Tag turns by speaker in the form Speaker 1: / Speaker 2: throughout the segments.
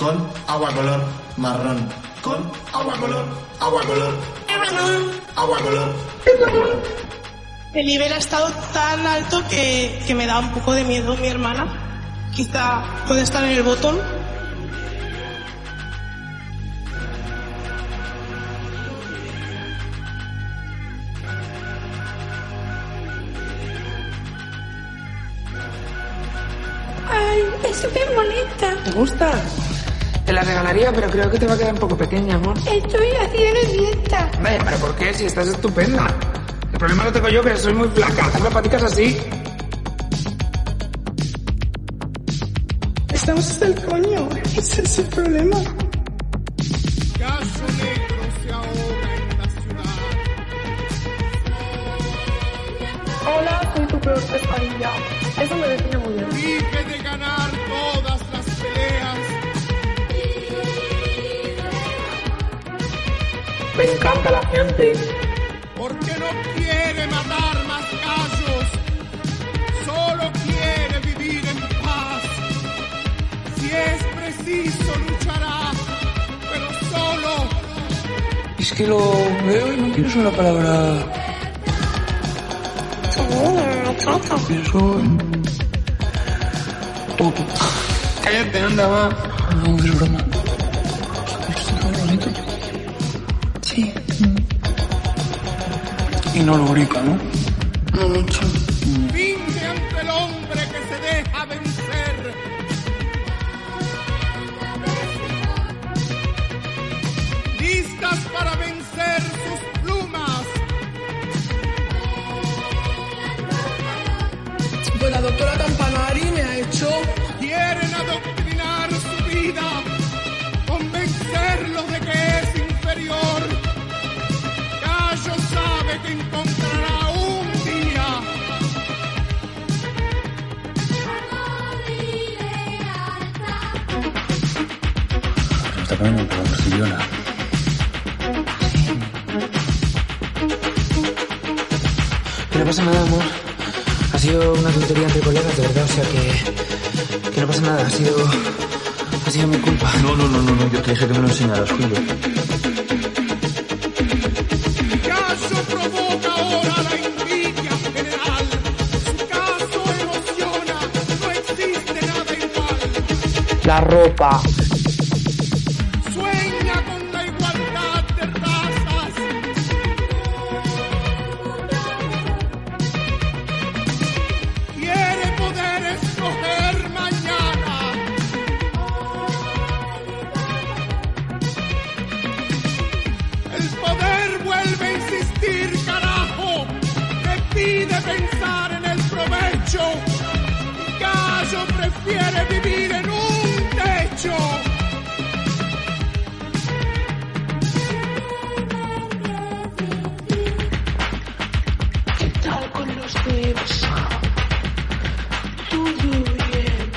Speaker 1: con agua color marrón, con agua color, agua color, agua color, agua color.
Speaker 2: El nivel ha estado tan alto que, que me da un poco de miedo mi hermana. Quizá puede estar en el botón.
Speaker 3: Ay, es súper bonita.
Speaker 4: ¿Te gusta? Te la regalaría, pero creo que te va a quedar un poco pequeña, amor.
Speaker 3: Estoy haciendo dieta.
Speaker 4: Hombre, pero ¿por qué? Si estás estupenda. El problema lo tengo yo, que soy muy flaca. Tú me paticas así.
Speaker 2: Estamos hasta el coño. Ese es el problema.
Speaker 5: Hola, soy tu peor pesadilla. Eso me define muy bien.
Speaker 6: Dije de ganar todas las peleas.
Speaker 4: Me encanta la gente.
Speaker 6: Porque no quiere matar más gallos. Solo quiere vivir en paz. Si es preciso, luchará. Pero solo.
Speaker 4: Es que lo veo y no pienso en la palabra. Pienso en... Todo.
Speaker 6: Cállate, anda, va.
Speaker 4: No, es broma. Es muy bonito.
Speaker 3: Sí.
Speaker 4: Y no lubrica, ¿no?
Speaker 3: No mucho.
Speaker 6: Vinde ante el hombre que se deja vencer. Listas para vencer sus plumas.
Speaker 4: Pues la doctora Campanari me ha hecho...
Speaker 6: Quieren adoctrinar su vida. Convencerlo de que es inferior. Gallo sabe que encontrará un día.
Speaker 4: Me está poniendo un poco persillona. Que no pasa nada, amor. Ha sido una tontería entre colegas, de verdad. O sea que... Que no pasa nada. Ha sido... Ha sido mi culpa. No, no, no, no. no. Yo te dije que me lo enseñaras, Julio.
Speaker 6: Caso provoca ahora la envidia general. Su caso emociona, no existe nada igual.
Speaker 4: La ropa.
Speaker 6: Sueña con la igualdad de razas. Quiere poder escoger mañana. El poder vuelve a insistir, carajo. Te pide pensar en el provecho. Gallo prefiere vivir en un techo.
Speaker 5: ¿Qué tal con los tips? Todo bien.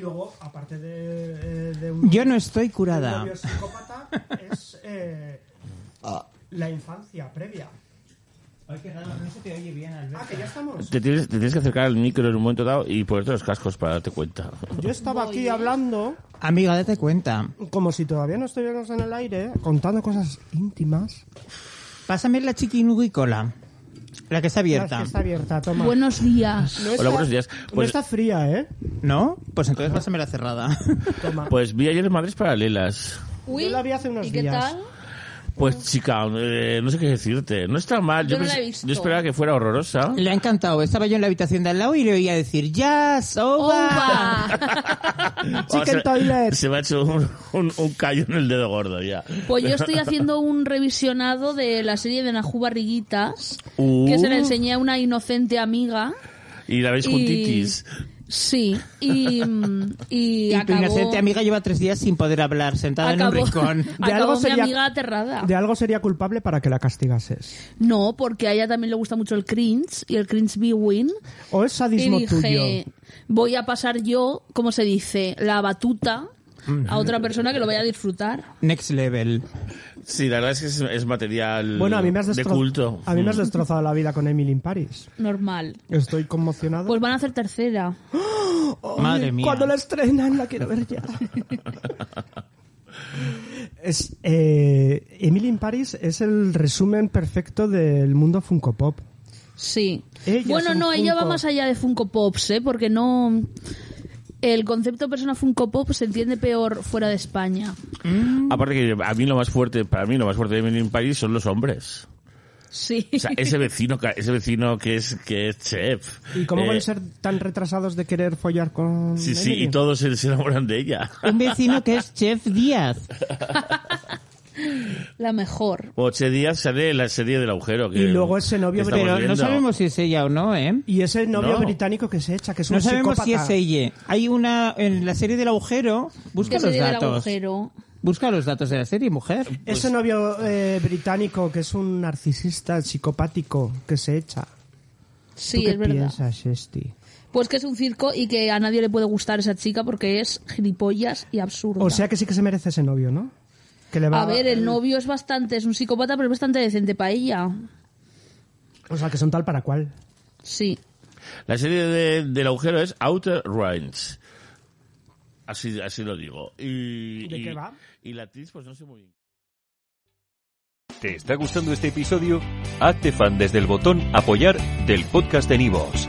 Speaker 7: luego, aparte de. eh, de un,
Speaker 8: Yo no estoy
Speaker 7: de un
Speaker 8: curada.
Speaker 7: novio psicópata, es eh,
Speaker 8: Ah.
Speaker 7: la infancia previa.
Speaker 9: Ay, qué raro, no se te oye bien, Alberto.
Speaker 7: Ah, que ya estamos.
Speaker 10: Te tienes, te tienes que acercar al micro en un momento dado y ponerte los cascos para darte cuenta.
Speaker 7: Yo estaba aquí hablando,
Speaker 8: Amigo, date cuenta.
Speaker 7: como si todavía no estuviéramos en el aire, contando cosas íntimas.
Speaker 8: Pásame la chiquinubicola. La que está
Speaker 7: Ah,
Speaker 8: abierta.
Speaker 7: es que está abierta, toma.
Speaker 3: Buenos días.
Speaker 7: No
Speaker 10: Hola, buenos días.
Speaker 7: no
Speaker 10: Pues,
Speaker 7: está fría, ¿eh?
Speaker 8: ¿No? Pues entonces pásame la cerrada.
Speaker 7: Toma.
Speaker 10: pues vi ayer Madres Paralelas.
Speaker 11: Uy,
Speaker 7: Yo la vi hace unos
Speaker 11: ¿y qué
Speaker 7: días.
Speaker 11: tal?
Speaker 10: Pues chica, eh, no sé qué decirte. No está mal.
Speaker 11: Yo no la
Speaker 10: pens-
Speaker 11: he visto.
Speaker 10: yo esperaba que fuera horrorosa.
Speaker 8: Le ha encantado. Estaba yo en la habitación de al lado y le oía decir ¡Jazz! ¡Oba!
Speaker 10: Vamos,
Speaker 7: Chicken
Speaker 10: se-
Speaker 7: toilet.
Speaker 10: Se me ha hecho un, un- un callo en el dedo gordo ya.
Speaker 11: Pues yo estoy haciendo un revisionado de la serie de Najú Barriguitas,
Speaker 10: Uh.
Speaker 11: que se la enseñé a una inocente amiga.
Speaker 10: Y la veis
Speaker 11: y-
Speaker 10: juntitis.
Speaker 11: Sí, y, mm,
Speaker 8: Y
Speaker 11: y,
Speaker 8: tu
Speaker 11: acabó,
Speaker 8: inocente amiga lleva tres días sin poder hablar, sentada en
Speaker 11: acabó-
Speaker 8: un rincón.
Speaker 7: De algo
Speaker 11: acabó mi
Speaker 7: sería-
Speaker 11: amiga aterrada.
Speaker 7: De algo sería culpable para que la castigases.
Speaker 11: No, porque a ella también le gusta mucho el cringe y el cringe be win.
Speaker 7: ¿O es
Speaker 11: Y
Speaker 7: sadismo
Speaker 11: dije,
Speaker 7: tuyo?
Speaker 11: voy a pasar yo, como se dice, la batuta a otra persona que lo vaya a disfrutar.
Speaker 8: Next level.
Speaker 10: Sí, la verdad es que es, es material
Speaker 7: Bueno, a mí me has
Speaker 10: de
Speaker 7: destrozado.
Speaker 10: culto. Mm.
Speaker 7: A mí me has destrozado la vida con Emily in Paris.
Speaker 11: Normal.
Speaker 7: Estoy conmocionado.
Speaker 11: Pues van a hacer tercera.
Speaker 7: Ay,
Speaker 8: Madre mía.
Speaker 7: Cuando la estrenan la quiero ver ya. es, eh, Emily in Paris es el resumen perfecto del mundo Funko Pop.
Speaker 11: Sí.
Speaker 7: Ella es
Speaker 11: bueno,
Speaker 7: un
Speaker 11: no, ella va
Speaker 7: Funko.
Speaker 11: más allá de Funko Pops, ¿eh? Porque no... El concepto persona Funko Pop se entiende peor fuera de España.
Speaker 10: Aparte que a mí lo más fuerte, para mí lo más fuerte de Emily in Paris son los hombres.
Speaker 11: Sí.
Speaker 10: O sea, ese vecino, ca- ese vecino que es que es chef.
Speaker 7: ¿Y cómo
Speaker 10: Eh,
Speaker 7: pueden ser tan retrasados de querer follar con
Speaker 10: Sí, sí,
Speaker 7: Emily?
Speaker 10: y todos se, se enamoran de ella.
Speaker 8: Un vecino que es Chef Díaz.
Speaker 11: la mejor.
Speaker 10: Ocho días sale la serie del agujero. Que
Speaker 7: Y luego ese novio
Speaker 10: que
Speaker 7: Estamos
Speaker 8: Pero
Speaker 10: estamos
Speaker 8: no
Speaker 10: viendo.
Speaker 8: sabemos si es ella o no, ¿eh?
Speaker 7: Y ese novio
Speaker 10: No.
Speaker 7: británico que se echa, que es un
Speaker 8: No sabemos si
Speaker 7: psicópata.
Speaker 8: es ella. Hay una... En la serie del agujero... Busca
Speaker 11: Que se
Speaker 8: los
Speaker 11: lleve el
Speaker 8: datos.
Speaker 11: agujero.
Speaker 8: Busca los datos de la serie, mujer.
Speaker 10: Pues-
Speaker 7: Ese novio eh, británico que es un narcisista psicopático que se echa. ¿Tú
Speaker 11: Sí,
Speaker 7: qué
Speaker 11: es verdad.
Speaker 7: piensas, Esti?
Speaker 11: Pues que es un circo y que a nadie le puede gustar esa chica porque es gilipollas y absurda.
Speaker 7: O sea que sí que se merece ese novio, ¿no? Que le va
Speaker 11: a ver, el novio es bastante, es un psicópata, pero es bastante decente para ella.
Speaker 7: O sea que son tal para cual.
Speaker 11: Sí.
Speaker 10: La serie de- del agujero es Outer Range. Así, así lo digo. Y,
Speaker 7: ¿De
Speaker 10: y-
Speaker 7: qué va?
Speaker 10: Y la actriz, pues no sé muy bien.
Speaker 4: ¿Te está gustando este episodio? Hazte fan desde el botón Apoyar del podcast de Nivos.